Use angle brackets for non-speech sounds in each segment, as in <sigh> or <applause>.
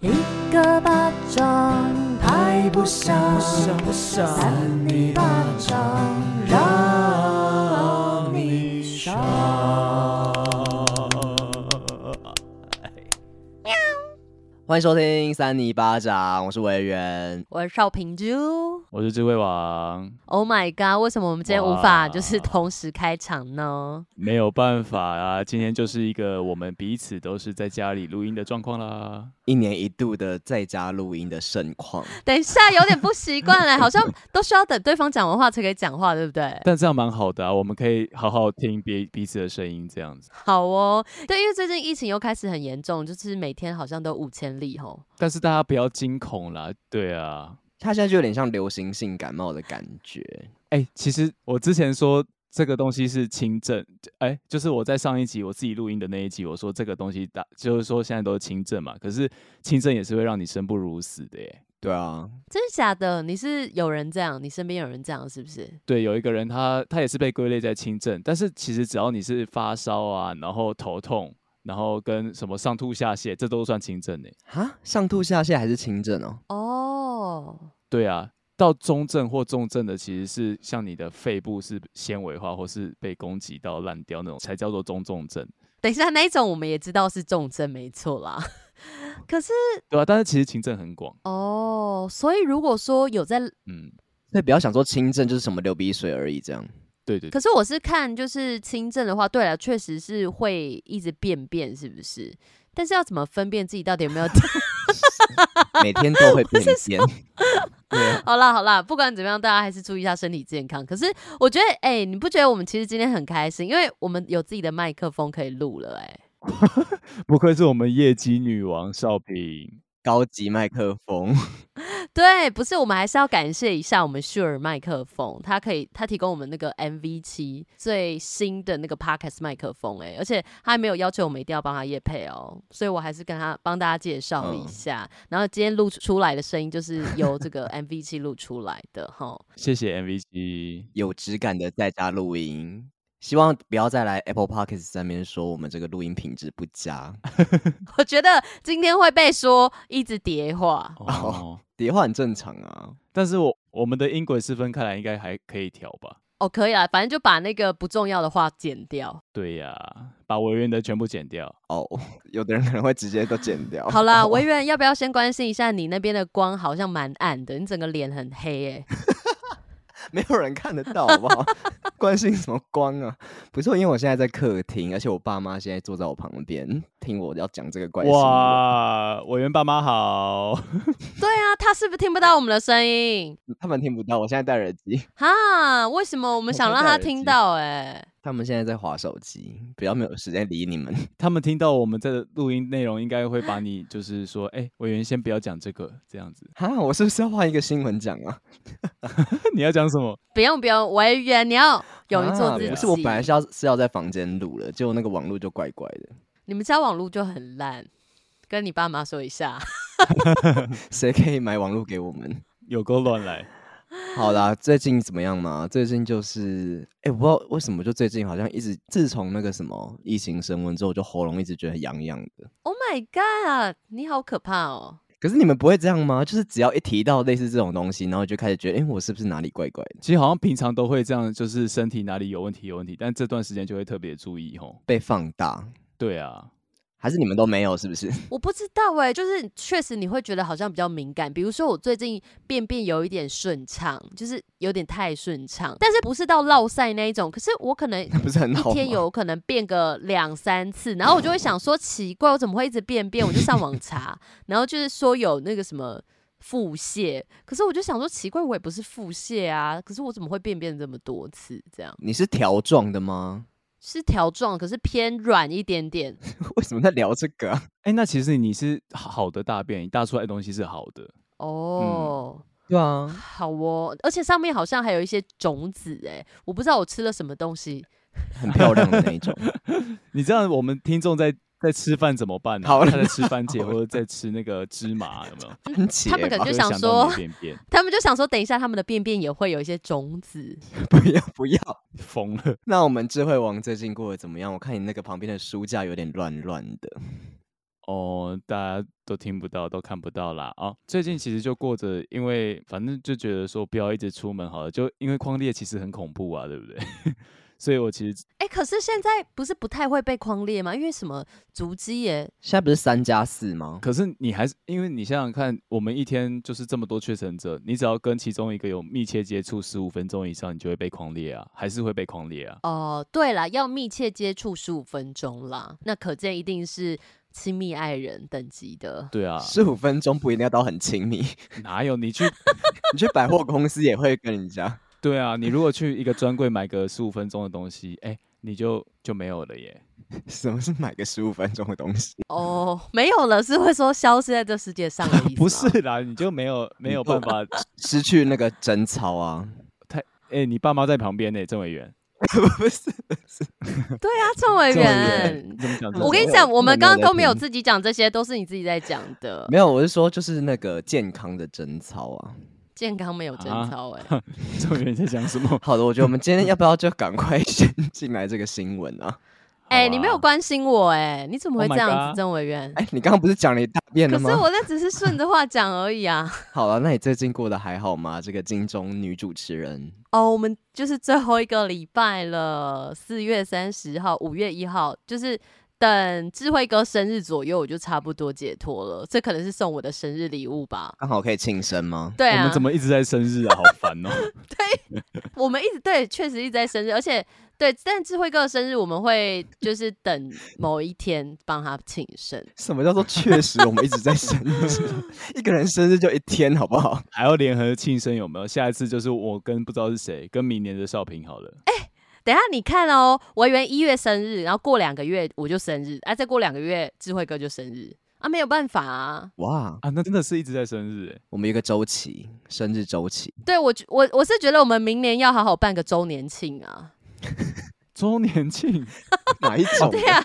一个巴掌拍不响，不想扇你巴掌让你伤。欢迎收听三尼巴掌，我是维园。我是邵平珠我是智慧王， ，Oh my god！为什么我们今天无法哇就是同时开场呢？没有办法啊，今天就是一个我们彼此都是在家里录音的状况啦。一年一度的在家录音的盛况，等一下有点不习惯嘞，好像都需要等对方讲完话才可以讲话，对不对？但这样蛮好的啊，我们可以好好听彼彼此的声音，这样子。好哦，对，因为最近疫情又开始很严重，就是每天好像都五千例吼。但是大家不要惊恐啦，对啊。它现在就有点像流行性感冒的感觉。哎、其实我之前说这个东西是轻症，哎、就是我在上一集我自己录音的那一集，我说这个东西大，就是说现在都是轻症嘛，可是轻症也是会让你生不如死的耶。对啊，真的假的？你是有人这样，你身边有人这样是不是？对，有一个人他他也是被归类在轻症，但是其实只要你是发烧啊，然后头痛，然后跟什么上吐下泻，这都算轻症呢。哈，上吐下泻还是轻症哦。哦，对啊，到中症或重症的其实是像你的肺部是纤维化或是被攻击到烂掉那种，才叫做中重症，等一下那一种我们也知道是重症，没错啦。可是对啊，但是其实轻症很广，哦，所以如果说有在，嗯，所以不要想说轻症就是什么流鼻水而已，这样对对对可是我是看就是轻症的话，对了，确实是会一直便便，是不是？但是要怎么分辨自己到底有没有 <laughs> 每天都会变变。对啊好啦好啦，不管怎么样，大家还是注意一下身体健康。可是我觉得，哎、你不觉得我们其实今天很开心，因为我们有自己的麦克风可以录了、哎，不愧是我们业绩女王少平，高级麦克风，对，不是，我们还是要感谢一下我们 Sure 麦克风，它可以它提供我们那个 MV 七最新的那个 Podcast 麦克风、哎，而且他还没有要求我们一定要帮他夜配哦，所以我还是跟他帮大家介绍一嗯下。然后今天录出来的声音就是由这个 MV 七录出来的哈。 <laughs> 谢谢 MV 七，有质感的在家录音。希望不要再来 Apple Podcast 上面说我们这个录音品质不佳，我觉得今天会被说一直叠化。哦，叠话很正常啊。但是我我们的音轨是分开来，应该还可以调吧。哦，可以啦，反正就把那个不重要的话剪掉。对呀、把委员的全部剪掉。哦，有的人可能会直接都剪掉。好啦，维园要不要先关心一下你那边的光？好像蛮暗的，你整个脸很黑欸耶、 <laughs> 没有人看得到，好不好？ <laughs> 关心什么光啊？不是，因为我现在在客厅，而且我爸妈现在坐在我旁边听我要讲这个怪新闻。哇，委员爸妈好， <laughs> 对啊，他是不是听不到我们的声音？他们听不到，我现在戴耳机，哈，为什么我们想让他听到、哎，他们现在在划手机，比较没有时间理你们。 <laughs> 他们听到我们这录音内容，应该会把你就是说，哎、委员先不要讲这个，这样子。 <laughs> 哈，我是不是要换一个新闻讲啊？你要讲什么？不用不用，维园你要勇于做啊自己。不是，我本来是要是要在房间录了，结果那个网络就怪怪的， <laughs> 你们家网络就很烂，跟你爸妈说一下。 <laughs> 谁可以买网络给我们？有够乱来。好啦，最近怎么样嘛？最近就是，哎、我不知道为什么，就最近好像一直，自从那个什么疫情升温之后，我就喉咙一直觉得痒痒的。 Oh my god，你好可怕哦！可是你们不会这样吗？就是只要一提到类似这种东西，然后就开始觉得，哎、我是不是哪里怪怪的？其实好像平常都会这样，就是身体哪里有问题有问题，但这段时间就会特别注意吼。被放大，对啊，还是你们都没有？是不是？ <laughs> 我不知道哎、就是确实你会觉得好像比较敏感。比如说我最近便便有一点顺畅，就是有点太顺畅，但是不是到落塞那一种。可是我可能一不是很好吗？天有可能便个两三次，然后我就会想说奇怪，我怎么会一直便便？我就上网查，然后就是说有那个什么。腹泻，可是我就想说奇怪，我也不是腹泻啊，可是我怎么会便便这么多次？这样你是条状的吗？ <laughs> 是条状，可是偏软一点点。为什么在聊这个啊、哎、那其实你是好的大便，你大出来的东西是好的。哦、对啊，好哦，而且上面好像还有一些种子哎，我不知道我吃了什么东西。 <laughs> 很漂亮的那 <laughs> 一种。你这样，我们听众在在吃饭怎么办呢、好了他在吃番茄或者在吃那个芝麻，有没有？番茄他们可能吧就会想到你的说便便他们就想说，等一下他们的便便也会有一些种子。 <laughs> 不要不要。疯了。那我们智慧王最近过得怎么样？我看你那个旁边的书架有点乱乱的，哦，大家都听不到，都看不到啦啊、最近其实就过着，因为反正就觉得说不要一直出门好了，就因为框列其实很恐怖啊，对不对？ <laughs> 所以我其实哎、可是现在不是不太会被框列吗？因为什么足迹也现在不是三加四吗？可是你还是因为你想想看，我们一天就是这么多确诊者，你只要跟其中一个有密切接触十五分钟以上，你就会被狂列啊，还是会被狂列啊。哦、对啦，要密切接触十五分钟啦，那可见一定是亲密爱人等级的。对啊，十五分钟不一定要到很亲密， <laughs> 哪有你去？你去百货公司也会跟人家。 <laughs> 对啊，你如果去一个专柜买个十五分钟的东西，哎、你就就没有了耶。什么是买个十五分钟的东西？哦、没有了，是会说消失在这世界上的意思吗啊 <laughs> 不是啦，你就没有没有办法。失去那个贞操啊？哎、你爸妈在旁边呢、郑委员。不是，对啊，郑委郑委员员，。怎 <laughs> 么讲这种？我跟你我讲，我我们没有刚刚在都没有听自己讲这些，都是你自己在讲的。没有，我是说就是那个健康的贞操啊。健康没有贞啊操、欸，哎、郑委员在讲什么？好的，我觉得我们今天要不要就赶快先进来这个新闻啊？ <laughs> <laughs> 哎、好啊你没有关心我、欸，哎，你怎么会 Oh my 这样 God 子，郑委员？哎、你刚刚不是讲了一大遍可了是吗？我那只是顺着话讲而已啊。好了，那你最近过得还好吗？这个金钟女主持人，哦，我们就是最后一个礼拜了，四月三十号、五月一号，就是等智慧哥生日左右，我就差不多解脱了。这可能是送我的生日礼物吧。刚好可以庆生吗？对我啊们，怎么一直在生日啊？好烦哦、 <laughs> 我们一直对，确实一直在生日，而且对，但智慧哥的生日我们会就是等某一天帮他庆生。什么叫做确实？我们一直在生日， <laughs> 一个人生日就一天，好不好？还要联合庆生有没有？下一次就是我跟不知道是谁，跟明年的少平好了。哎等一下你看哦，维园一月生日，然后过两个月我就生日，啊，再过两个月智慧哥就生日啊，没有办法啊。哇，啊，那真的是一直在生日、欸，我们有一个周期，生日周 <laughs> 期，对我觉，我我是觉得我们明年要好好办个周年庆啊。周年庆，哪一种？对呀、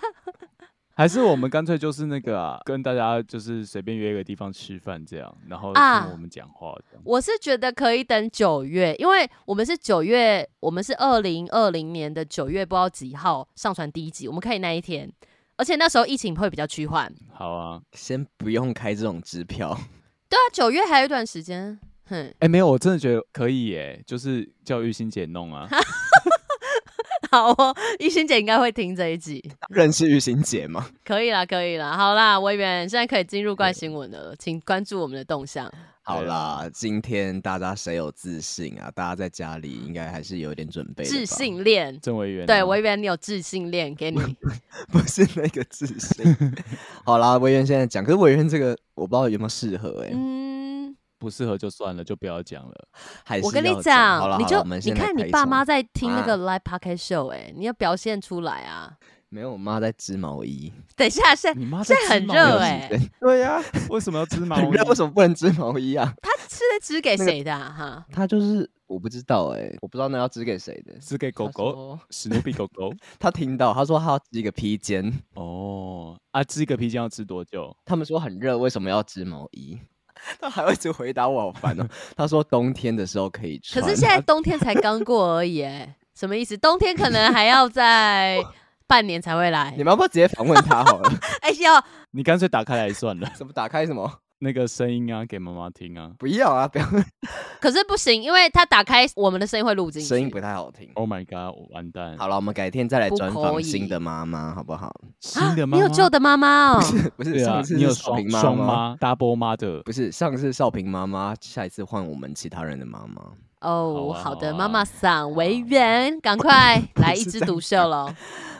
还是我们干脆就是那个啊，跟大家就是随便约一个地方吃饭这样，然后啊听我们讲话这样。我是觉得可以等九月，因为我们是九月，我们是二零二零年的九月，不知道几号上传第一集，我们可以那一天，而且那时候疫情会比较趋缓。好啊，先不用开这种支票， <laughs> 对啊，九月还有一段时间，哼，哎、没有，我真的觉得可以耶、欸就是叫玉欣姐弄啊， <laughs> 好哦，一心姐应该会听这一集，认识玉欣姐吗？可以啦，可以啦，好啦，维园现在可以进入怪新闻了，请关注我们的动向。好对啊啦，今天大家谁有自信啊？大家在家里应该还是有点准备的吧。自信恋，郑委员、 <laughs> 对，维园你有自信恋，给你。 <laughs> 不是那个自 <laughs> 信。好啦，委员现在讲，可是委员这个我不知道有没有适合哎、嗯，不适合就算了，就不要讲了。还是我跟你要好讲，啦你好啦就我们你先来看你开爸场妈在听那啊个 live podcast show，哎、你要表现出来啊！没有，我妈在织毛衣。等一下，现嗯你妈现织在很毛热衣哎、对呀、为什么要 <laughs> 织毛很衣热？为什么不能织毛衣啊？ <laughs> 他是在指给那个谁的、啊、哈？她就是我不知道哎、我不知道那要织给谁的。是给狗她 <laughs> 狗，说，史努比狗狗。她听到，她说她要织一个披肩。哦，啊，织一个披肩要织多久？他们说很热，为什么要织毛衣？ <laughs> 她还会一直回答我，好 <laughs> 烦哦、她说冬天的时候可以可穿。是现在冬天才刚过而已、哎，什么意思？冬天可能还要在 <laughs> 半年才会来你。们要不要直接反问她好了？ <laughs> 哎呦，你干脆打开来算了。 <laughs> 什么打开什么？那个声音啊，给妈妈听啊。不要啊，不要，可是不行，因为他打开我们的声音会录进去。啊声音不太好听。 Oh my god，我完蛋！好了，我们改天再来不专可访以新的妈妈，好不好？新的啊妈妈，你有旧的妈妈哦。 <laughs> 不是对上啊，次你有是少双平妈双吗？妈 double 妈的，不是上次少平妈妈，下一次换我们其他人的妈妈。哦，好啊好的，好啊妈妈桑维园，赶快来一枝独秀喽！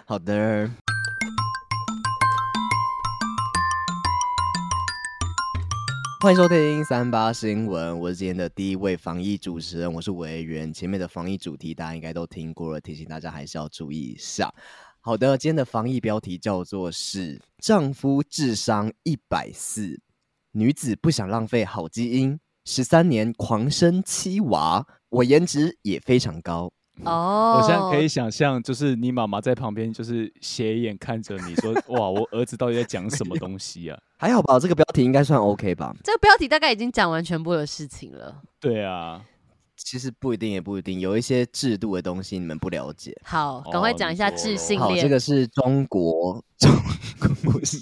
好的，欢迎收听三八新闻，我是今天的第一位防疫主持人，我是维园。前面的防疫主题大家应该都听过了，提醒大家还是要注意一下。好的，今天的防疫标题叫做是“丈夫智商一百四，女子不想浪费好基因，十三年狂生七娃，我颜值也非常高哦，我现在可以想象，就是你妈妈在旁边，就是斜眼看着你 <laughs> 说：“哇，我儿子到底在讲什么东西啊”，还好吧？这个标题应该算 OK 吧？这个标题大概已经讲完全部的事情了。？”对啊，其实不一定，也不一定，有一些制度的东西你们不了解。好，赶哦快讲你一下说智咯性好， <laughs> 恋。这个是中国，中国不是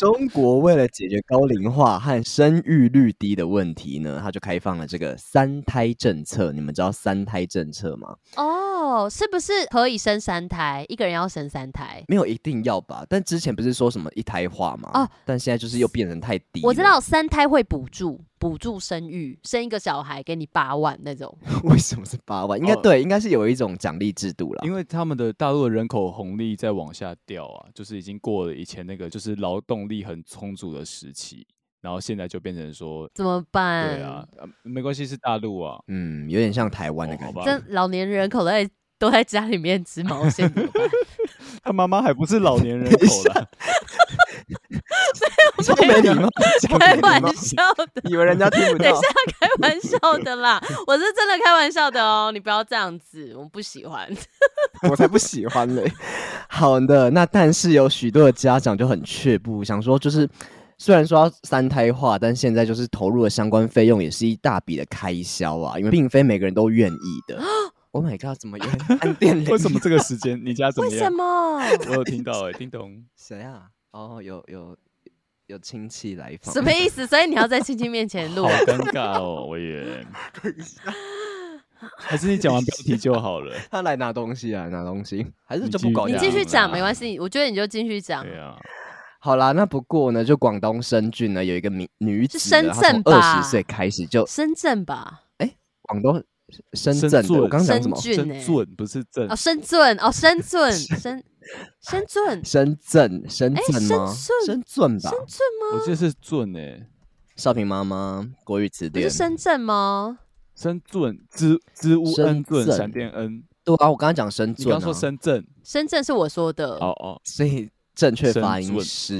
中国为了解决高龄化和生育率低的问题呢，它就开放了这个三胎政策。你们知道三胎政策吗？哦，是不是可以生三胎？一个人要生三胎？没有一定要吧，但之前不是说什么一胎化吗？哦但现在就是又变成太低。我知道，三胎会补助，补助生育，生一个小孩给你八万那种。为什么是八万？应该哦对，应该是有一种奖励制度啦。因为他们的大陆的人口红利在往下掉啊，就是已经过了以前那个就是劳动力很充足的时期，然后现在就变成说，怎么办？对啊，呃没关系，是大陆啊，嗯，有点像台湾的哦感觉。好吧这老年人口都在都在家里面织毛线怎么办？他妈妈还不是老年人等一口下了， <laughs> 这么没礼貌， <laughs> 讲开没礼貌玩笑的，以为人家听不等一到下。开玩笑的 <laughs> 啦，我是真的开玩笑的哦，你不要这样子，我不喜欢。我才不喜欢嘞。 <laughs> 好的，那但是有许多的家长就很却步，想说就是。虽然说要三胎化，但现在就是投入的相关费用也是一大笔的开销啊，因为并非每个人都愿意的。oh my god，怎么有人按 <laughs> 电铃？为什么这个时间你家怎为么什样？ <laughs> 么？我有听到哎、叮咚，谁啊？哦，有有有亲戚来访。什么意思？所以你要在亲戚面前录好尴尬哦，我也，还是你讲完标题就好了。他来拿东西啊，拿东西，还是你就继不续搞你价继续了讲没关系，我觉得你就继续讲。对啊，好啦，那不过呢，就广东深圳呢有一个名女子是深呢，她圳从二吧十岁开始就深圳吧，广东深深圳的，我圳刚刚讲什深么？圳深欸圳哦不是正哦，，深圳，哦，深 <laughs> 圳，深，深圳，深圳，深哎圳深吗？圳深圳吧深。圳我吗？记得是圳哎，少平妈妈国语词不典是。深圳吗？深圳之之乌深恩圳圳闪电恩，对啊，我刚刚讲深你圳刚啊，说深圳，深圳是我说的，哦哦，所以正确发深音圳是。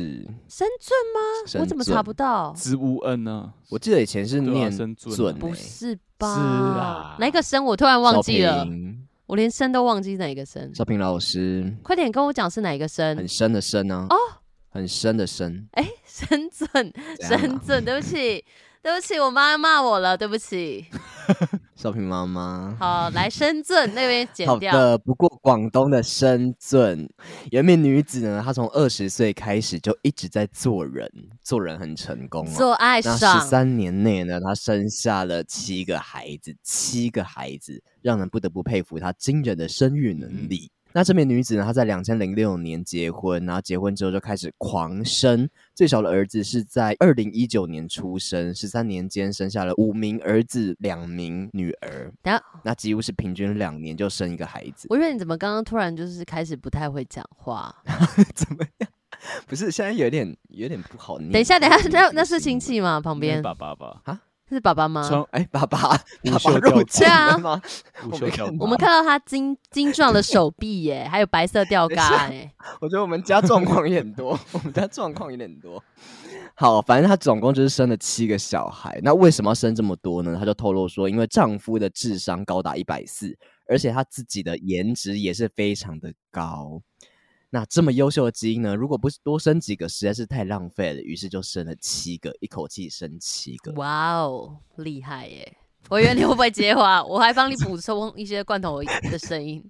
深圳吗？我怎么深圳查不到？之乌恩呢？我记得以前是对啊念深圳啊圳欸，不是吧？啦哪一个生？我突然忘少记了，啊平我连生都忘记哪一个生。少平老师快点跟我讲是哪一个很生？深的深啊，嗯哦，很深的深。哎，深圳，怎样啊深圳，对不起，对不起，我妈骂我了，对不起。少平妈妈。好，来深圳那边剪好掉。的，不过广东的深圳有一名女子呢，她从二十岁开始就一直在做人，做人很成功啊。做爱那上十三年内呢，她生下了七个孩子，七个孩子，让人不得不佩服她惊人的生育嗯能力。那这名女子呢，她在两千零六年结婚，然后结婚之后就开始狂生，最小的儿子是在二零一九年出生，十三年间生下了五名儿子，两名女儿，等下，那几乎是平均两年就生一个孩 <laughs> 子。我以为你怎么刚刚突然就是开始不太会讲话？怎么样？不是，现在有点有点不好念。等一下，等一下，那那是亲亲戚。戚吗？旁边应该是爸爸吧，是爸爸吗？穿哎，爸爸，无爸爸袖入吊侵带了吗？无我袖没吊看带我们看到他精精壮的手臂耶，还有白色吊嘎哎，我觉得我们家状况也很多，我们家状况有点多。好，反正她总共就是生了七个小孩。那为什么要生这么多呢？她就透露说，因为丈夫的智商高达一百四，而且她自己的颜值也是非常的高。那这么优秀的基因呢，如果不是多生几个，实在是太浪费了。于是就生了七个，一口气生七个。哇哦，厉害耶！我以为你会不会接话，我还帮你补充一些罐头的 <laughs> 声音。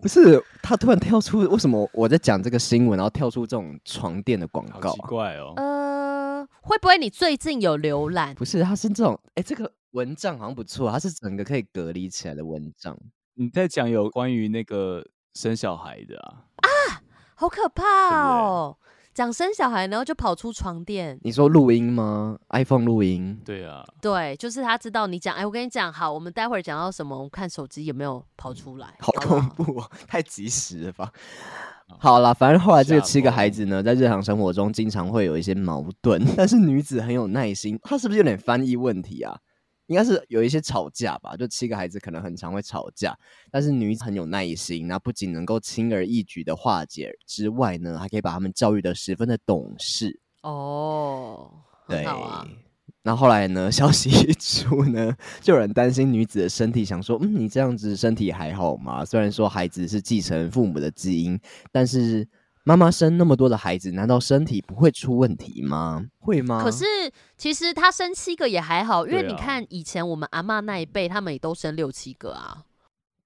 不是，他突然跳出，为什么我在讲这个新闻，然后跳出这种床垫的广好告奇啊？怪哦，呃，会不会你最近有浏览？不是，他是这种，哎、这个蚊帐好像不错，它是整个可以隔离起来的蚊帐。你在讲有关于那个生小孩的啊？好可怕哦！讲生小孩，然后就跑出床垫。你说录音吗？iPhone 录音， <laughs> 对啊，对，就是他知道你讲，哎，我跟你讲，好，我们待会儿讲到什么，我们看手机有没有跑出来。好不恐怖哦，太及时了吧？好啦，反正后来这个吓七个疯孩子呢，在日常生活中经常会有一些矛盾，但是女子很有耐心，她是不是有点翻译问题啊？应该是有一些吵架吧，就七个孩子可能很常会吵架，但是女子很有耐心，那不仅能够轻而易举的化解之外呢，还可以把他们教育的十分的懂事。哦，很对，好啊。那后来呢？ <laughs> 消息一出呢，就有人担心女子的身体，想说：“嗯，你这样子身体还好吗？”虽然说孩子是继承父母的基因，但是妈妈生那么多的孩子，难道身体不会出问题吗？会吗？可是其实他生七个也还好，因为对你啊看以前我们阿嬷那一辈，他们也都生六七个啊。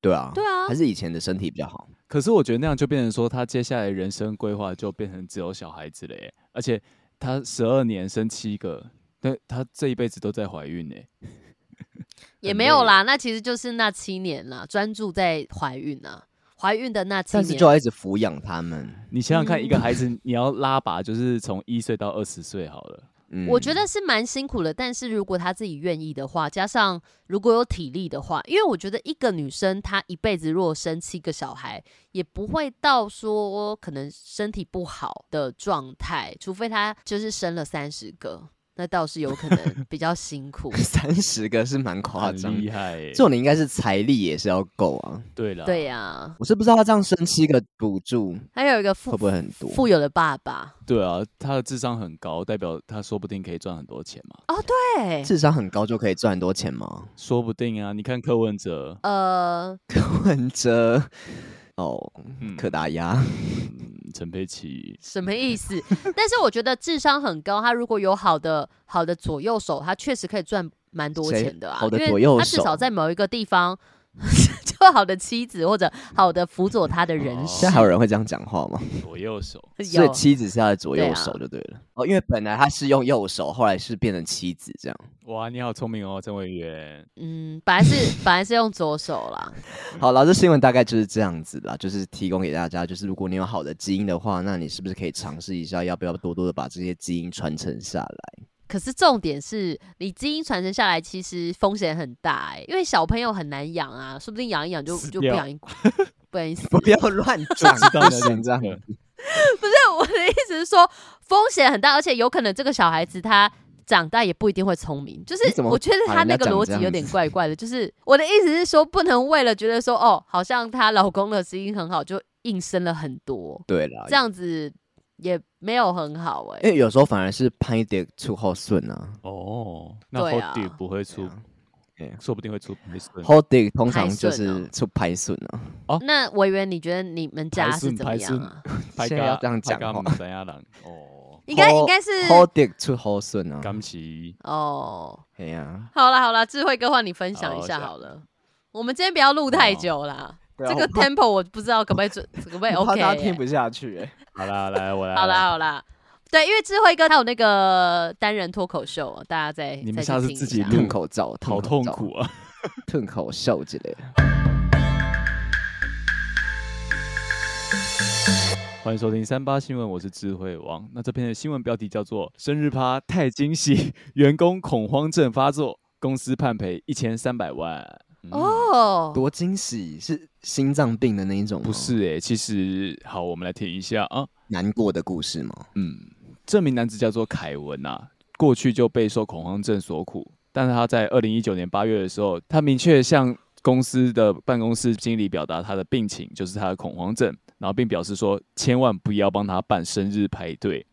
对啊，对啊还是以前的身体比较好。可是我觉得那样就变成说，他接下来人生规划就变成只有小孩子了耶，而且他十二年生七个，但他这一辈子都在怀孕呢。也很没有累啦，那其实就是那七年啦，专注在怀孕啊，怀孕的那七但是就年。要一直抚养他们。你想想看，一个嗯孩子你要拉拔，就是从一岁到二十岁好了。嗯我觉得是蛮辛苦的，但是如果她自己愿意的话，加上如果有体力的话，因为我觉得一个女生她一辈子如果生七个小孩，也不会到说可能身体不好的状态，除非她就是生了三十个，那倒是有可能比较辛苦。 <laughs> 三十个是蛮夸很张的，厉害耶这！种你应该是财力也是要够啊。对了，对呀、我是不知道他这样生七个补助还有一会个富不会很多。富有的爸爸对啊，他的智商很高，代表他说不定可以赚很多钱嘛，哦，对，智商很高就可以赚很多钱吗？说不定啊。你看柯文哲，呃，问着哦，嗯，可达鸭，哦嗯陈佩琪，什么 <laughs> 意思？但是我觉得智商很高，他如果有好的好的左右手，他确实可以赚蛮多谁钱的啊。好的因为左右他至少手在某一个地方 <laughs> 就好的妻子或者好的辅佐他的人哦是现在还有人会这样讲话吗？左右手，所以有妻子是他的左对右啊手就对了。哦，因为本来他是用右手，后来是变成妻子这样。哇，你好聪明哦，郑委员。嗯，本来是本来是用左手啦，好了，这新闻大概就是这样子啦，就是提供给大家，就是如果你有好的基因的话，那你是不是可以尝试一下，要不要多多的把这些基因传承下来？可是重点是你基因传承下来，其实风险很大哎、因为小朋友很难养啊，说不定养一养就死就不掉 <laughs> 养 <laughs> 不然死不要乱讲，知道不的行这样对 <laughs> 我的意思是说，风险很大，而且有可能这个小孩子他长大也不一定会聪明。就是你怎么我觉得他那个逻辑有点怪怪的。就是我的意思是说，不能为了觉得说哦，好像她老公的基因很好，就硬生了很多，对啦这，样子也没有很好哎、因为有时候反而是拍点出后顺啊。哦，那对 Hot 啊 d 不会对出啊对啊，说不定会出 p y t h Hold i 通常就拍顺是哦出拍顺啊，那委员，你觉得你们家排是顺怎么样啊？ <laughs> 现在要这样讲话怎样人哦，应该后应该是 Hold i 出后顺啊。感奇哦。哎呀，好啦好啦，智慧哥换你分享好一下下好了。我们今天不要录太久啦，对啊这个我怕 tempo 我不知道可不可以准，可不可以 OK？欸下去哎。好啦，来我来，好啦来，好啦，对，因为智慧哥他有那个单人脱口秀，大家再你再们去下次听一自己下录吞口罩，嗯好吞口痛罩，苦啊！吞口秀之类的。欢迎收听三八新闻，我是智慧王。那这篇的新闻标题叫做“生日趴太惊喜，员工恐慌症发作，公司判赔一千三百万”嗯。哦。多惊喜，是心脏病的那一种吗，不是诶、其实好，我们来听一下啊。难过的故事吗？嗯，这名男子叫做凯文啊，过去就备受恐慌症所苦，但是他在二零一九年八月的时候，他明确向公司的办公室经理表达他的病情，就是他的恐慌症，然后并表示说千万不要帮他办生日派对。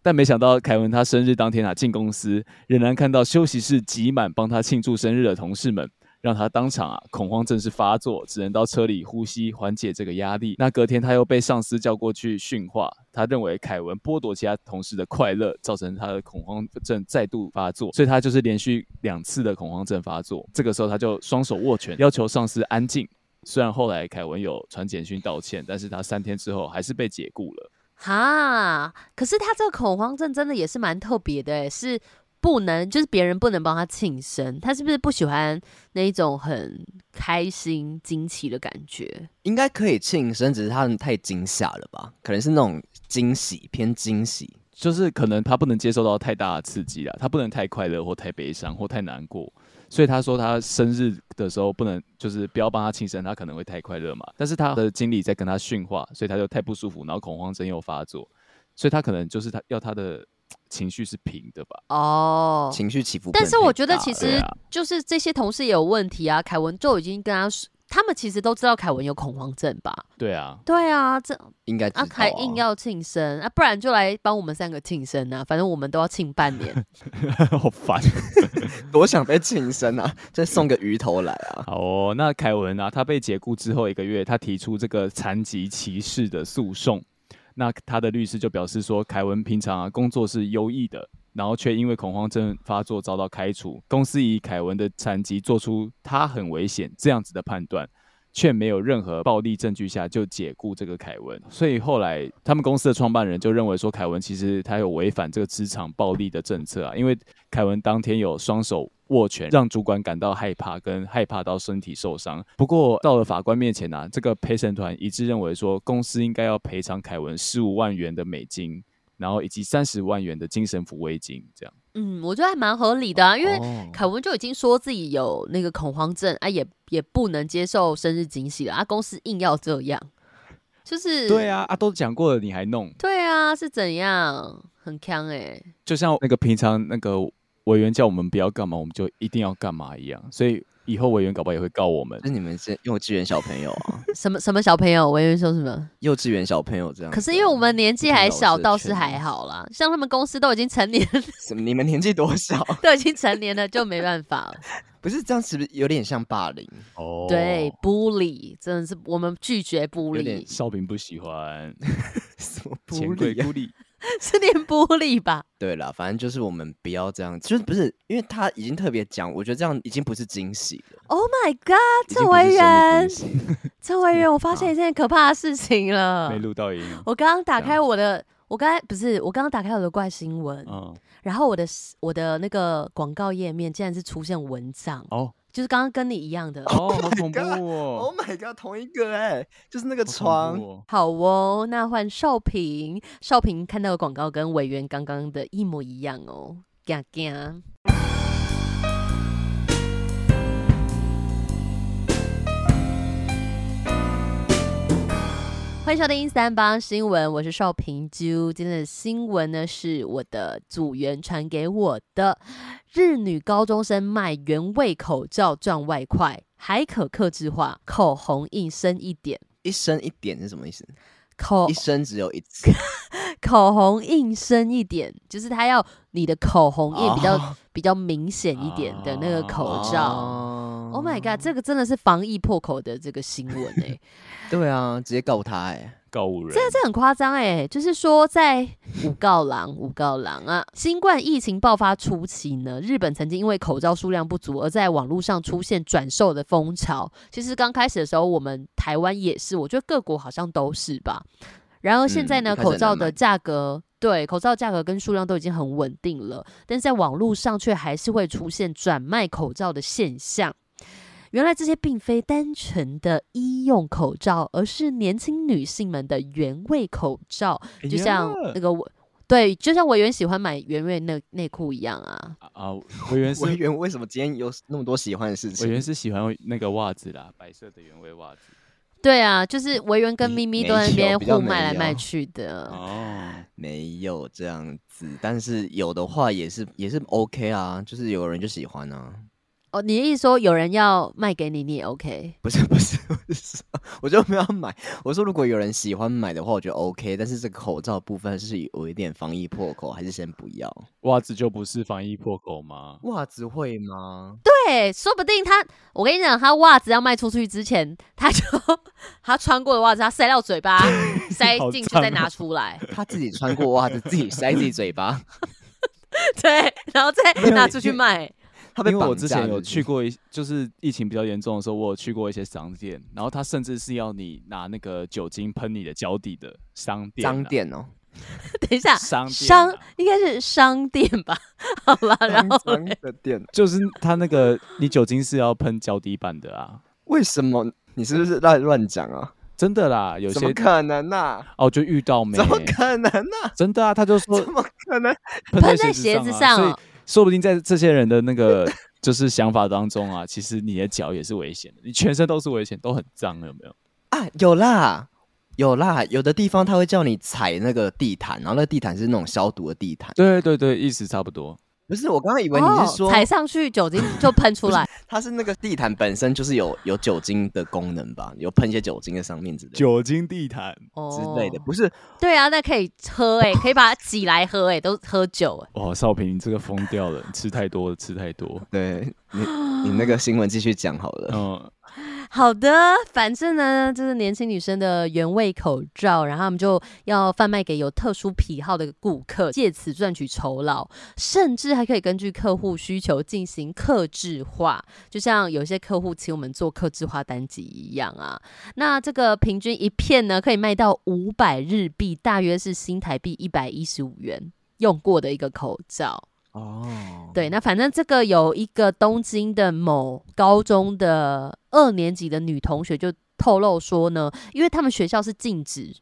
但没想到凯文他生日当天啊进公司，仍然看到休息室挤满帮他庆祝生日的同事们，让他当场啊恐慌症是发作，只能到车里呼吸缓解这个压力。那隔天他又被上司叫过去训话，他认为凯文剥夺其他同事的快乐，造成他的恐慌症再度发作，所以他就是连续两次的恐慌症发作。这个时候他就双手握拳，要求上司安静。虽然后来凯文有传简讯道歉，但是他三天之后还是被解雇了。哈，可是他这个恐慌症真的也是蛮特别的欸，是不能就是别人不能帮他庆生，他是不是不喜欢那一种很开心惊奇的感觉？应该可以庆生，只是他们太惊吓了吧？可能是那种惊喜偏惊喜，就是可能他不能接受到太大的刺激啦，他不能太快乐或太悲伤或太难过，所以他说他生日的时候不能就是不要帮他庆生，他可能会太快乐嘛。但是他的经理在跟他训话，所以他就太不舒服，然后恐慌症又发作，所以他可能就是他要他的情绪是平的吧。哦，情绪起伏不能但太大了。是我觉得其对实啊就是这些同事也有问题啊，凯文就已经跟他说，他们其实都知道凯文有恐慌症吧？对啊，对啊，这应该知道哦啊，凯硬要庆生啊，不然就来帮我们三个庆生啊，反正我们都要庆 <laughs> 半年。 <laughs> 好烦。哦多想被庆生啊， <laughs> 再送个鱼头来啊！ <laughs> 好哦，那凯文啊，他被解雇之后一个月，他提出这个残疾歧视的诉讼。那他的律师就表示说，凯文平常啊工作是优异的，然后却因为恐慌症发作遭到开除。公司以凯文的残疾做出他很危险这样子的判断，却没有任何暴力证据下就解雇这个凯文，所以后来他们公司的创办人就认为说，凯文其实他有违反这个职场暴力的政策啊，因为凯文当天有双手握拳，让主管感到害怕，跟害怕到身体受伤。不过到了法官面前啊，这个陪审团一致认为说，公司应该要赔偿凯文十五万元的美金，然后以及三十万元的精神抚慰金，这样。嗯，我觉得还蛮合理的啊，因为哦凯文就已经说自己有那个恐慌症啊，也也不能接受生日惊喜了啊，公司硬要这样，就是对啊，啊都讲过了，你还弄，对啊，是怎样？很强哎、就像那个平常那个委员叫我们不要干嘛，我们就一定要干嘛一样，所以以后委员搞不好也会告我们就。是你们是幼稚园小朋友啊， <laughs> 什么什么小朋友？我以为说什么？幼稚园小朋友这样子啊。可是因为我们年纪还小，不听倒老师是的劝还好啦。像他们公司都已经成年， <laughs> 什么，你们年纪多少？都已经成年了，就没办法了。 <laughs> 不是这样，是不是有点像霸凌？哦对，，不理真的是我们拒绝有不理点，少平不喜欢，什么不钱柜理啊孤立。是念不理吧？对啦，反正就是我们不要这样，就是不是因为他已经特别讲，我觉得这样已经不是惊喜了， Oh my god，已经郑不是维生日仁惊，喜了。郑维仁，我发现一件可怕的事情了没。录到音。我刚刚打这开我的，我刚才不是，我刚刚打开我的怪新闻，嗯，然后我的我的那个广告页面竟然是出现蚊帐，哦就是刚刚跟你一 <laughs> 样的。哦，好恐怖 God 哦！ Oh my god，同一个哎、就是那个好床，恐怖哦好哦，那换少平，少平看到的广告跟委员刚刚的一模一样哦，嘎嘎。欢迎收听三八新闻，我是邵平啾。今天的新闻呢，是我的组员传给我的：日女高中生卖原味口罩赚外快，还可克制化，口红印深一点，一生一点是什么意思？口一生只有一次，口红印深一点，就是它要你的口红印比较、哦 <laughs> 比较明显一点的那个口罩。哦 Oh my god，这个真的是防疫破口的这个新闻哎、 <laughs> 对啊，直接告他哎、告五人，这这很夸张哎，就是说在五告郎五告郎啊，新冠疫情爆发初期呢，日本曾经因为口罩数量不足而在网络上出现转售的风潮。其实刚开始的时候，我们台湾也是，我觉得各国好像都是吧。然而现在嗯呢，一开始口罩很难的买价格。对，口罩价格跟数量都已经很稳定了，但是在网络上却还是会出现转卖口罩的现象。原来这些并非单纯的医用口罩，而是年轻女性们的原味口罩，哎就呀像那个我。对，就像委员喜欢买原味内内裤一样啊，啊，委员是委员为什么今天有那么多喜欢的事情？委员是喜欢那个袜子啦，白色的原味袜子。对啊，就是委员跟没咪咪没都在那边有比较啊互卖没来卖有去嗯的，哦，没有这样子，但是有的话也是也是 OK 啊，就是有人就喜欢啊，哦，你的意思说有人要卖给你，你也 OK？不是不 <laughs> 是不是，我就没有要买。我说如果有人喜欢买的话，我觉得 OK，但是这个口罩部分是有一点防疫破口，还是先不要。袜子就不是防疫破口吗？袜子会吗？对，说不定他，我跟你讲，他袜子要卖出去之前，他就他穿过的袜子，他塞到嘴 <laughs> 巴，塞好进去脏再拿哦出来， <laughs> 他自己穿过袜子，自己塞自己嘴巴，对，然后再没有拿出去因为卖。 <laughs> <laughs> 他被因为我绑之架前有是不是去过一，就是疫情比较严重的时候，我有去过一些商店，然后他甚至是要你拿那个酒精喷你的脚底的商店啊，脏店哦，等一下，商店啊商应该是商店吧？好啦，然后 <laughs> 脏的店，就是他那个你酒精是要喷脚底板的啊，为什么？你是不是乱乱讲啊？真的啦，有怎么些可能呐、哦就遇到没怎，么可能呐、真的啊，他就 <laughs> 说怎么可能？ <laughs> 喷在在鞋子子上啊所以哦说不定在这些人的那个 <laughs> 就是想法当中啊，其实你的脚也是危险的，你全身都是危险，都很脏，有没有？啊，有啦，有啦，有的地方他会叫你踩那个地毯，然后那个地毯是那种消毒的地毯。对对对，意思差不多。不是，我刚刚以为你哦是，说、踩上去酒精就喷出来，它是那个地毯本身就是有有酒精的功能吧，有喷一些酒精在上面之类的酒精地毯哦之类的，不是对啊，那可以喝哎、可以把它挤来喝哎、都喝酒哎、哇，哦少平，你这个疯掉 <laughs> 了，你吃太多了，吃太多。对你你那个新闻继续讲好了。嗯，好的，反正呢，这是年轻女生的原味口罩，然后他们就要贩卖给有特殊癖好的顾客，借此赚取酬劳，甚至还可以根据客户需求进行客制化，就像有些客户请我们做客制化单集一样啊。那这个平均一片呢，可以卖到五百日币，大约是新台币一百一十五元，用过的一个口罩。哦，对，那反正这个有一个东京的某高中的二年级的女同学就透露说呢，因为他们学校是禁止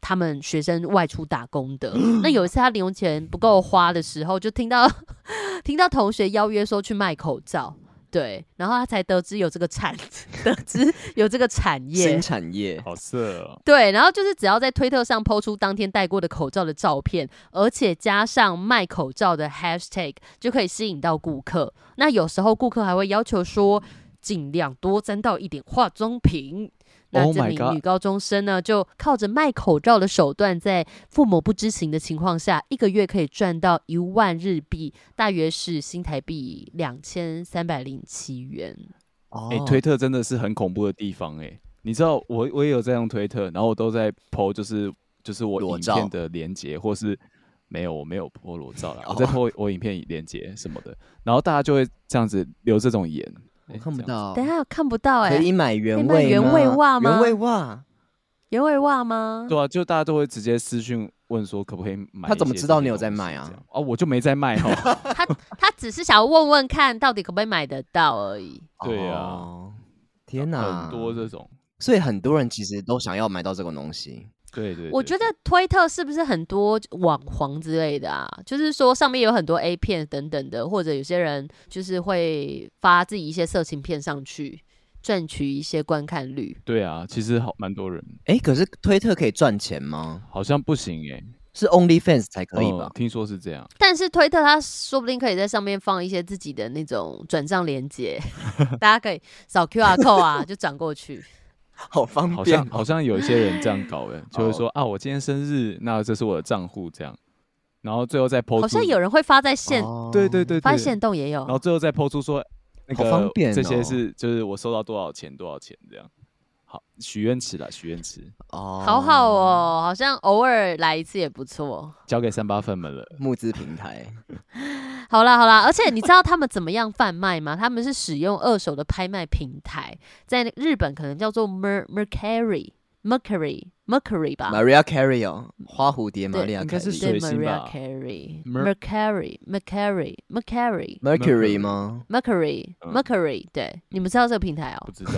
他们学生外出打工的。那有一次她零用钱不够花的时候，就听到 <laughs> 听到同学邀约说去卖口罩。对，然后她才得知有这个产， <laughs> 得知有这个产业新，产业好色哦，对，然后就是只要在推特上抛出当天戴过的口罩的照片，而且加上卖口罩的 hashtag，就可以吸引到顾客。那有时候顾客还会要求说，尽量多沾到一点化妆品。那 Oh 这 my 名 God 女高中生呢，就靠着卖口罩的手段，在父母不知情的情况下，一个月可以赚到一万日币，大约是新台币两千三百零七元。哦哎、推特真的是很恐怖的地方哎、你知道我我也有在用推特，然后我都在 PO 就是就是我裸影照片的连接，或是没有我没有 PO 裸照啦，哦我 <laughs> 在 PO 我影片连接什么的，然后大家就会这样子留这种言，我诶看不这样子到，等一下我看不到哎、可以买原可以卖味原吗味袜吗原味袜，原味袜吗？对啊，就大家都会直接私讯问说可不可以买，他怎么知道你有在卖啊啊？啊，我就没在卖 <laughs> 哦。他他只是想要问问看到底可不可以买得到而已。对啊哦，天哪，很多这种。所以很多人其实都想要买到这个东西。对对我对觉得对推特是不是很多网黄之类的啊？就是说上面有很多 A 片等等的，或者有些人就是会发自己一些色情片上去，赚取一些观看率。对啊，其实好蛮多人，哎，可是推特可以赚钱吗？好像不行哎、是 OnlyFans 才可以嗯吧？听说是这样，但是推特它说不定可以在上面放一些自己的那种转账链 <laughs> 接，大家可以扫 QR code 啊，就转过 <laughs> 去。好方好便像哦，好像有一些人这样搞哎、就会说啊，我今天生日，那这是我的账户这样，然后最后再抛出，好像有人会发在线，哦对对对对，发现哦动也有然。后最后再抛出说那好个方便这些哦是就是我收到多少钱多少钱这样，好许愿池啦，许愿池哦好好哦，好像偶尔来一次也不错。交给三八粉们了。募资平台，好啦好啦，而且你知道他们怎么样贩卖吗？他们是使用二手的拍卖平台，在日本可能叫做 Mer Mercury Mercury Mercury 吧。 Maria Carey 哦，花蝴蝶啊对玛利亚应该凯是莉对水星吧 Maria Carey Mer- Mercury Mercury Mercury Mercury 吗？ <laughs> Mercury 嗯 Mercury，对，你们知道这个平台不哦？知道，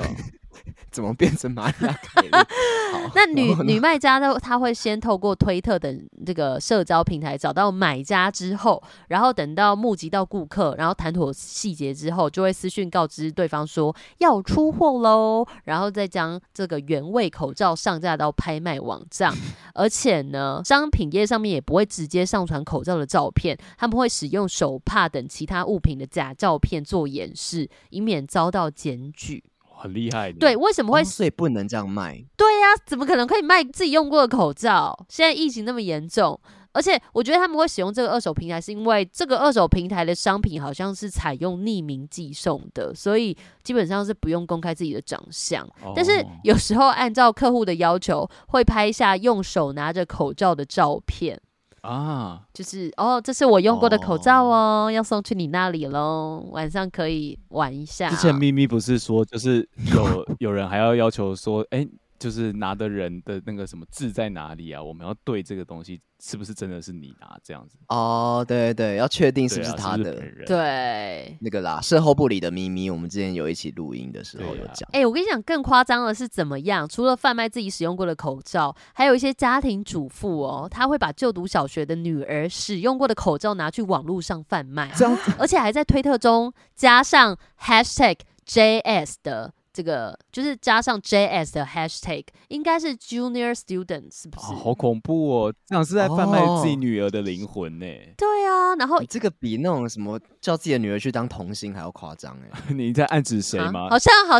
怎么变成玛利亚凯莉？好那女然后呢女卖家呢？她会先透过推特等这个社交平台找到买家之后，然后等到募集到顾客，然后谈妥细节之后，就会私讯告知对方说要出货喽，然后再将这个原味口罩上架到拍卖网 <laughs> 站。而且呢，商品页上面也不会直接上传口罩的照片，他们会使用手帕等其他物品的假照片做掩饰，以免遭到检举。嗯很厉害的。对，为什么会哦所以不能这样卖，对呀、怎么可能可以卖自己用过的口罩？现在疫情那么严重，而且我觉得他们会使用这个二手平台，是因为这个二手平台的商品好像是采用匿名寄送的，所以基本上是不用公开自己的长相。哦，但是有时候按照客户的要求，会拍下用手拿着口罩的照片，啊，就是哦，这是我用过的口罩哦，要送去你那里喽，晚上可以玩一下。之前咪咪不是说，就是有有人还要要求说，哎、就是拿的人的那个什么字在哪里啊？我们要对这个东西是不是真的是你拿这样子？哦，对对对，要确定是对不是啊他是的本人？对，那个啦。事后不理的咪咪，我们之前有一起录音的时候对有啊讲，哎、我跟你讲，更夸张的是怎么样？除了贩卖自己使用过的口罩，还有一些家庭主妇哦，她会把就读小学的女儿使用过的口罩拿去网络上贩卖，这样子而且还在推特中加上 hashtag JS 的这个，就是加上 JS 的 hashtag，应该是 junior student 是不啊，是？好恐怖哦！这样是在贩卖自己哦女儿的灵魂呢、 <laughs> 对啊，然后你这个比那种什么叫自己的女儿去当童星还要夸张哎。你在暗指谁啊吗？好像好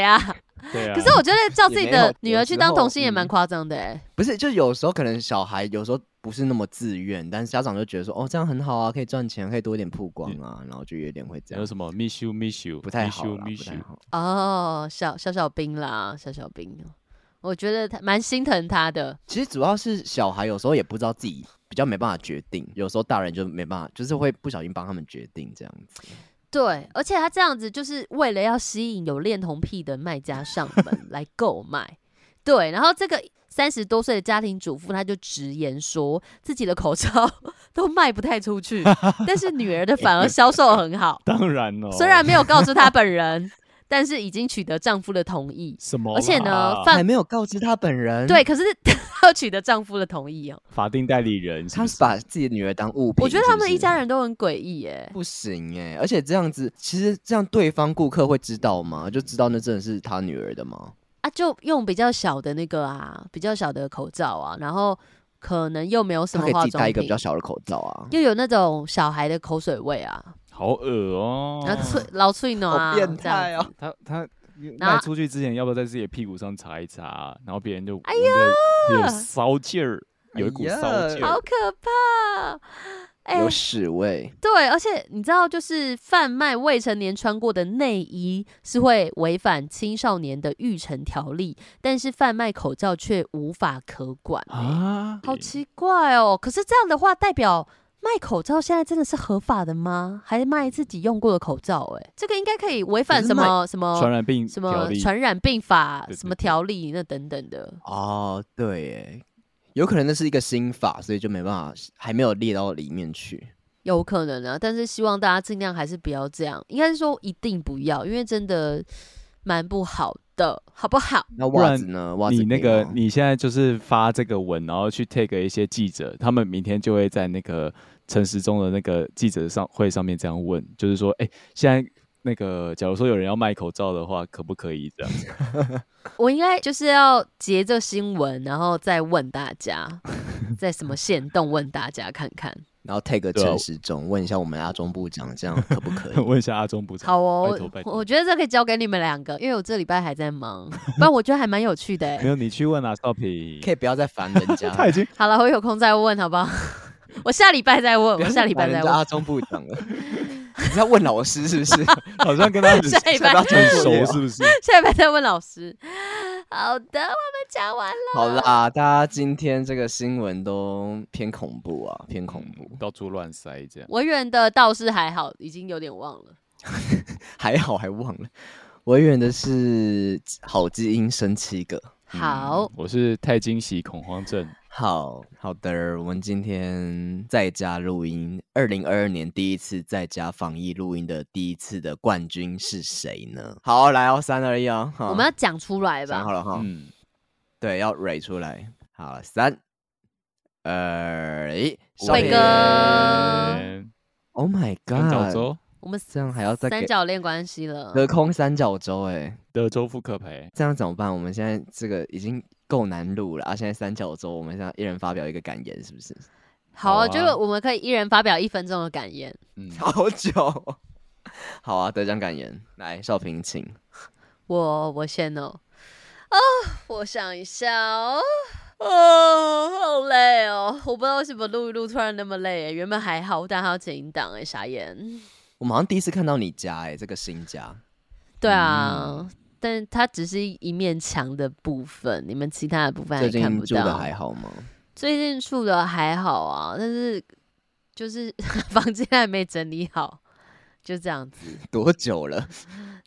<laughs> 啊？对啊。可是我觉得叫自己也没有的女儿去当童星也蛮有时候嗯夸张的哎、不是，就有时候可能小孩有时候不是那么自愿，但是家长就觉得说，哦，这样很好啊，可以赚钱，可以多一点曝光啊，然后就有点会这还有样，什么 miss you miss you 不太好 miss 啦 you miss 不太 you 好。哦，小小小兵啦，小小兵，哦我觉得他蛮心疼他的。其实主要是小孩有时候也不知道自己比较没办法决定，有时候大人就没办法，就是会不小心帮他们决定这样子。对，而且他这样子就是为了要吸引有恋童癖的卖家上 <laughs> 门来购买。对，然后这个三十多岁的家庭主妇，她就直言说自己的口罩 <laughs> 都卖不太出去，但是女儿的反而销售很 <laughs> 好。当然哦，虽然没有告知她本人，但是已经取得丈夫的同意。什么啦，而且呢范还没有告知他本人，对，，可是她要取得丈夫的同意哦。法定代理人是他不是是把自己的女儿当物品。我觉得他是们不是一家人都很诡异耶。不行哎、而且这样子，其实这样对方顾客会知道吗？就知道那真的是他女儿的吗？啊，就用比较小的那个啊，比较小的口罩啊，然后可能又没有什他可么以自化己戴妆一个比品较，小的口罩啊。又有那种小孩的口水味啊，好恶哦，然后脆老脆暖啊，这样哦！他啊他然后卖出去之前，要不要在自己的屁股上擦一擦？然后别人就哎呀，有骚劲儿，有一股哎呀骚劲好儿。可怕。哎、有屎味，对，而且你知道，就是贩卖未成年穿过的内衣是会违反青少年的育成条例，但是贩卖口罩却无法可管、欸。啊，好奇怪哦！可是这样的话，代表卖口罩现在真的是合法的吗？还卖自己用过的口罩、欸？哎，这个应该可以违反可什是卖么什传么染病什条么例传染病法、对对什么对条例那等等的。哦，对耶，有可能那是一个新法，所以就没办法，还没有列到里面去。有可能啊，但是希望大家尽量还是不要这样，应该是说一定不要，因为真的蛮不好的，好不好？ <laughs> 那不袜然子呢？袜子你那可以个吗你现在就是发这个文，然后去 take 一些记者，他们明天就会在那个陈时中的那个记者上会上面这样问，就是说，哎、现在那个假如说有人要卖口罩的话，可不可以这样？ <laughs> 我应该就是要截这新闻，然后再问大 <laughs> 家，在什么线动问大家看看。然后 take 对啊陈时中，问一下我们阿中部长，这样 <laughs> 可不可 <laughs> 以？问一下阿中部长。好哦，拜托拜我托我觉得这可以交给你们两个，因为我这礼拜还在忙， <laughs> 不然我觉得还蛮有趣的、没 <laughs> 欸。有，你去问啊，少平。可以不要再烦人家， <laughs> 他已经好了，我有空再问，好不 <laughs> 好？我下礼拜再问，不我要下再礼拜烦人再家 <laughs> 问。阿中部长了。 <laughs> 你在问老师是不 <laughs> 是？好像跟他很下礼下拜不要很讲作业熟，哦是不是？下礼拜再问老师。好的，我们讲完了。好啦，大家今天这个新闻都偏恐怖嗯啊，偏恐怖，到处乱塞这样。文远的倒是还好，已经有点忘了。还好还忘了。我远的是好基因生七个，好哦嗯，我是太惊喜恐慌症。好好的，我们今天在家录音，二零二二年第一次在家防疫录音的第一次的冠军是谁呢？好，来哦，三二一哦，哈我们要讲出来想吧好。了哈，嗯，对，要蕊出来。好，三二一，少伟少爷哥，Oh my 三角 God，洲、我们这样还要再三给角恋关系了。隔空三角洲、哎，德州扑克牌，这样怎么办？我们现在这个已经够难录了啊！现在三角洲，我们现在一人发表一个感言，是不是？ <laughs> 好、好啊，啊就我们可以一人发表一分钟的感言。嗯，好久，好啊，得奖感言，来，少平，请。我我先哦，啊，我想一下哦，哦，好累哦，我不知道为什么录一录突然那么累，原本还好，但还要剪音档哎，傻眼。我们好像第一次看到你家、哎，这个新家，对啊。嗯但它只是一面墙的部分，你们其他的部分还最哎看近不住的到。还好吗？最近住的还好啊，但是就是 <laughs> 房间还没整理好，就这样子。多久了？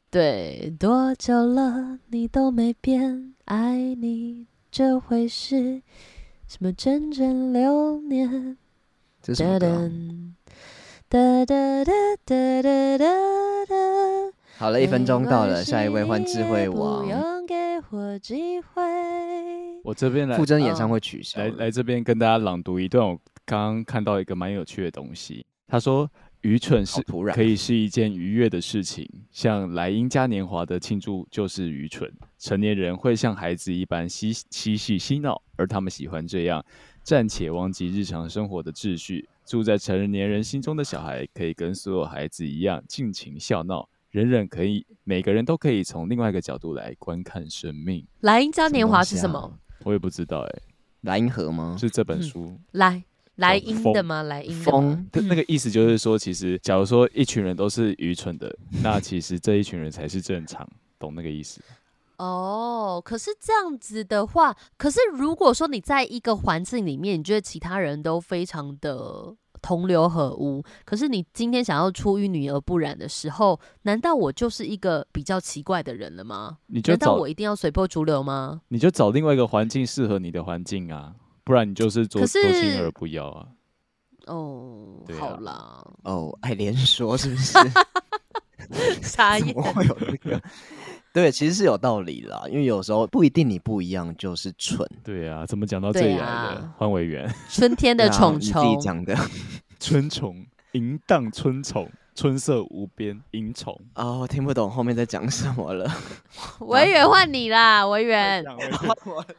对，多久了你都没变，爱你这回事，什么整整六年。这是什么歌哒哒啊、哒哒哒哒哒哒哒。好了，一分钟到了，下一位换智慧不王。用给我机会。我这边来傅征演唱会取消来了，来这边跟大家朗读一段，我刚刚看到一个蛮有趣的东西。他说：“愚蠢好是突然可以是一件愉悦的事情，像莱茵嘉年华的庆祝就是愚蠢。成年人会像孩子一般嬉嬉戏嬉闹，而他们喜欢这样，暂且忘记日常生活的秩序。住在成年人心中的小孩，可以跟所有孩子一样尽情笑闹，人人可以，每个人都可以从另外一个角度来观看生命。莱茵嘉么年华东是西什啊么？我也不知道哎、莱茵河吗？是这本嗯书。来来叫音风的吗？来音的吗风它那个意思就是说，其实假如说一群人都是愚蠢的，那其实这一群人才是正常，懂那个意思？哦，可是这样子的话，可是如果说你在一个环境里面，你觉得其他人都非常的同流合污，可是你今天想要出淤泥而不染的时候，难道我就是一个比较奇怪的人了吗？你就难道找哎我一定要随波逐流吗？你就找另外一个环境适合你的环境啊，不然你就是左可左倾是而不要啊。哦，对啊 <laughs> 好啦，哦，爱连说是不是？ <laughs> 傻怎眼么。会有这个？对，其实是有道理啦，因为有时候不一定你不一样就是蠢，对啊，怎么讲到这里来对的啊？换委员，春天的对啊虫你虫自己，讲的 <laughs> 春虫淫荡，春虫，春色无边，淫虫。哦，我听不懂后面在讲什么了。 <laughs> 维园换你啦，维园，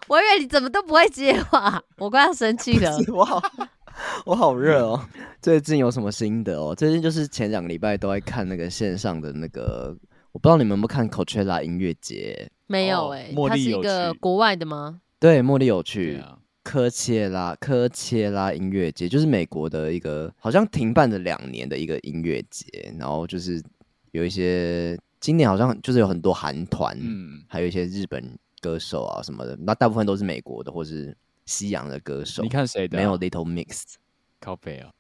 我维园，你怎么都不会接话，我快要生气了。我好， <laughs> 我好热哦。最近有什么心得哦？最近就是前两个礼拜都在看那个线上的那个，我不知道你们有没有看 Coachella 音乐节？没有哦哎、茉它莉是一有个去国外的吗？对，茉莉有对去啊，科切拉科切拉音乐节，就是美国的一个好像停办了两年的一个音乐节，然后就是有一些今年好像就是有很多韩团，嗯，还有一些日本歌手啊什么的，那大部分都是美国的或是西洋的歌手你。看谁的嗯啊？没有 Little Mix，靠背啊？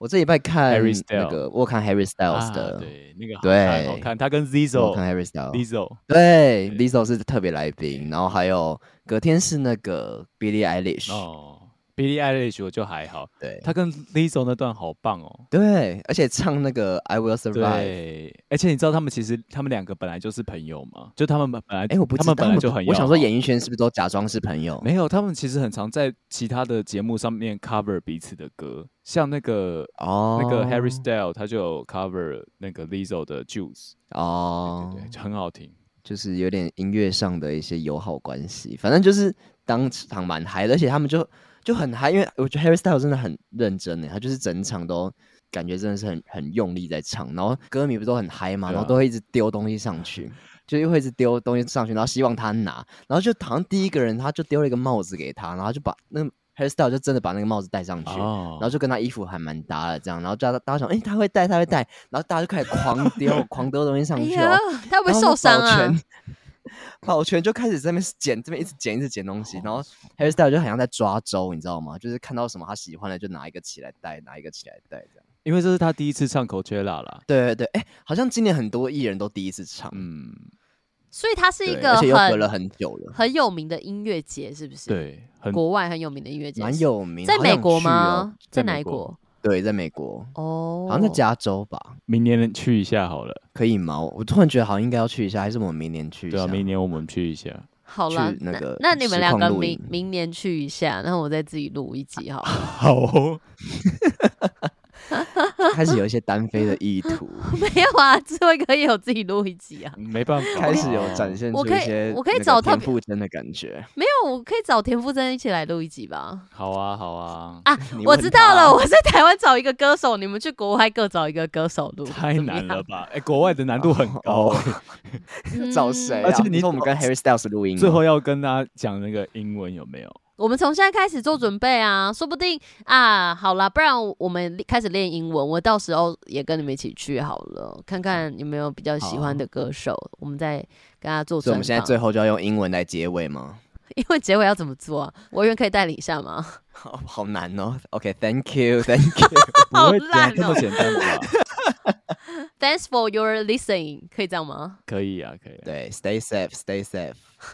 我这礼拜看 Harry Styles 那个，我有看 Harry Styles 啊的，对，那个好对看好看，他跟我有看 Zizo。 Harry Styles， Lizzo，对，Lizzo 是特别来宾，然后还有隔天是那个 Billie Eilish，、哦，Billie Eilish 我就还好，对他跟 Lizzo 那段好棒哦。对，而且唱那个 I Will Survive，对，而且你知道他们其实他们两个本来就是朋友嘛，就他们本来哎、我不知他道们本来就很我想说要好演艺圈是不是都假装是朋友？没有，他们其实很常在其他的节目上面 cover 彼此的歌，像那个、哦，那个 Harry Styles 他就有 cover 那个 Lizzo 的 Juice，、哦，对对对，就很好听。就是有点音乐上的一些友好关系，反正就是当场蛮嗨的，而且他们就就很嗨，因为我觉得 Harry Styles 真的很认真欸诶，他就是整场都感觉真的是很很用力在唱，然后歌迷不都很嗨嘛，对啊然后都会一直丢东西上去。就是会一直丢东西上去，然后希望他拿，然后就好像第一个人他就丢了一个帽子给他，然后他就把那个 Harry Styles 就真的把那个帽子戴上去，哦然后就跟他衣服还蛮搭的，这样，然后大家大家想，哎、他会戴，他会戴，然后大家就开始狂 <laughs> 丢，狂丢东西上哎去呀哦，， <laughs> 他会不然后会受那伤保啊全？ <laughs> 保全就开始在那边捡，这边一直捡，一直捡东哦西，然后 Harry Style 就好像在抓周，你知道吗？就是看到什么他喜欢的就拿一个起来戴，拿一个起来戴，这样。因为这是他第一次唱 Coachella 啦，对对对，哎、好像今年很多艺人都第一次唱，嗯，所以它是对一个而且又隔了很很久了，很有名的音乐节，是不是？，对，很国外很有名的音乐节，蛮有名。在好想美国去哦吗？在在哪美一国国？对，在美国，哦，好像在加州吧？明年去一下好了，可以吗？我我突然觉得好像应该要去一下，还是我们明年去一对下？啊，明年我们去一下，好了去，那个那你们实两况个录明影明年去一下，然后我再自己录一集 <laughs> 好了。 <laughs> 好、哦， <laughs> 开始有一些单飞的意图，没有啊，智慧哥也有自己录一集啊。没办法， <laughs> 开始有展现 <laughs> 我出可一以些我可以那个找特田别馥甄的感 <laughs> 觉。没有，我可以找田馥甄一起来录一集吧。好啊，好啊，啊，你我问知他道了，啊我在台湾找一个歌手，你们去国外各找一个歌手录。太怎么难了样，吧？哎、国外的难度很高、哦 <laughs> 找嗯谁、啊？而且你哦说我们跟 Harry Styles 录音吗， <laughs> 最后要跟大家讲那个英文有没有？我们从现在开始做准备啊，说不定啊，好啦，不然我们开始练英文，我到时候也跟你们一起去好了，看看有没有比较喜欢的歌手，我们再跟他做所以专我访。们现在最后就要用英文来结尾吗？ <laughs> <laughs> 因为结尾要怎么做、啊？我远可以带领一下吗？好好难哦。OK，Thank、you，Thank you。 <laughs> 不会烂这么哦简单吧？ Thanks for your listening，可以这样吗 <laughs> 可以啊，可以、啊。 <laughs> 对，Stay safe，Stay safe。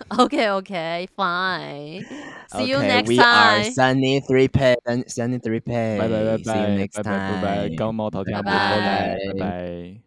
？OK OK fine，see、you Okay, next we are time， Sunny Three Pay and Sunny Three Pay。拜拜 See 拜 you 拜 next 拜拜拜拜， time。刚毛淘天拜不拜拜拜拜拜。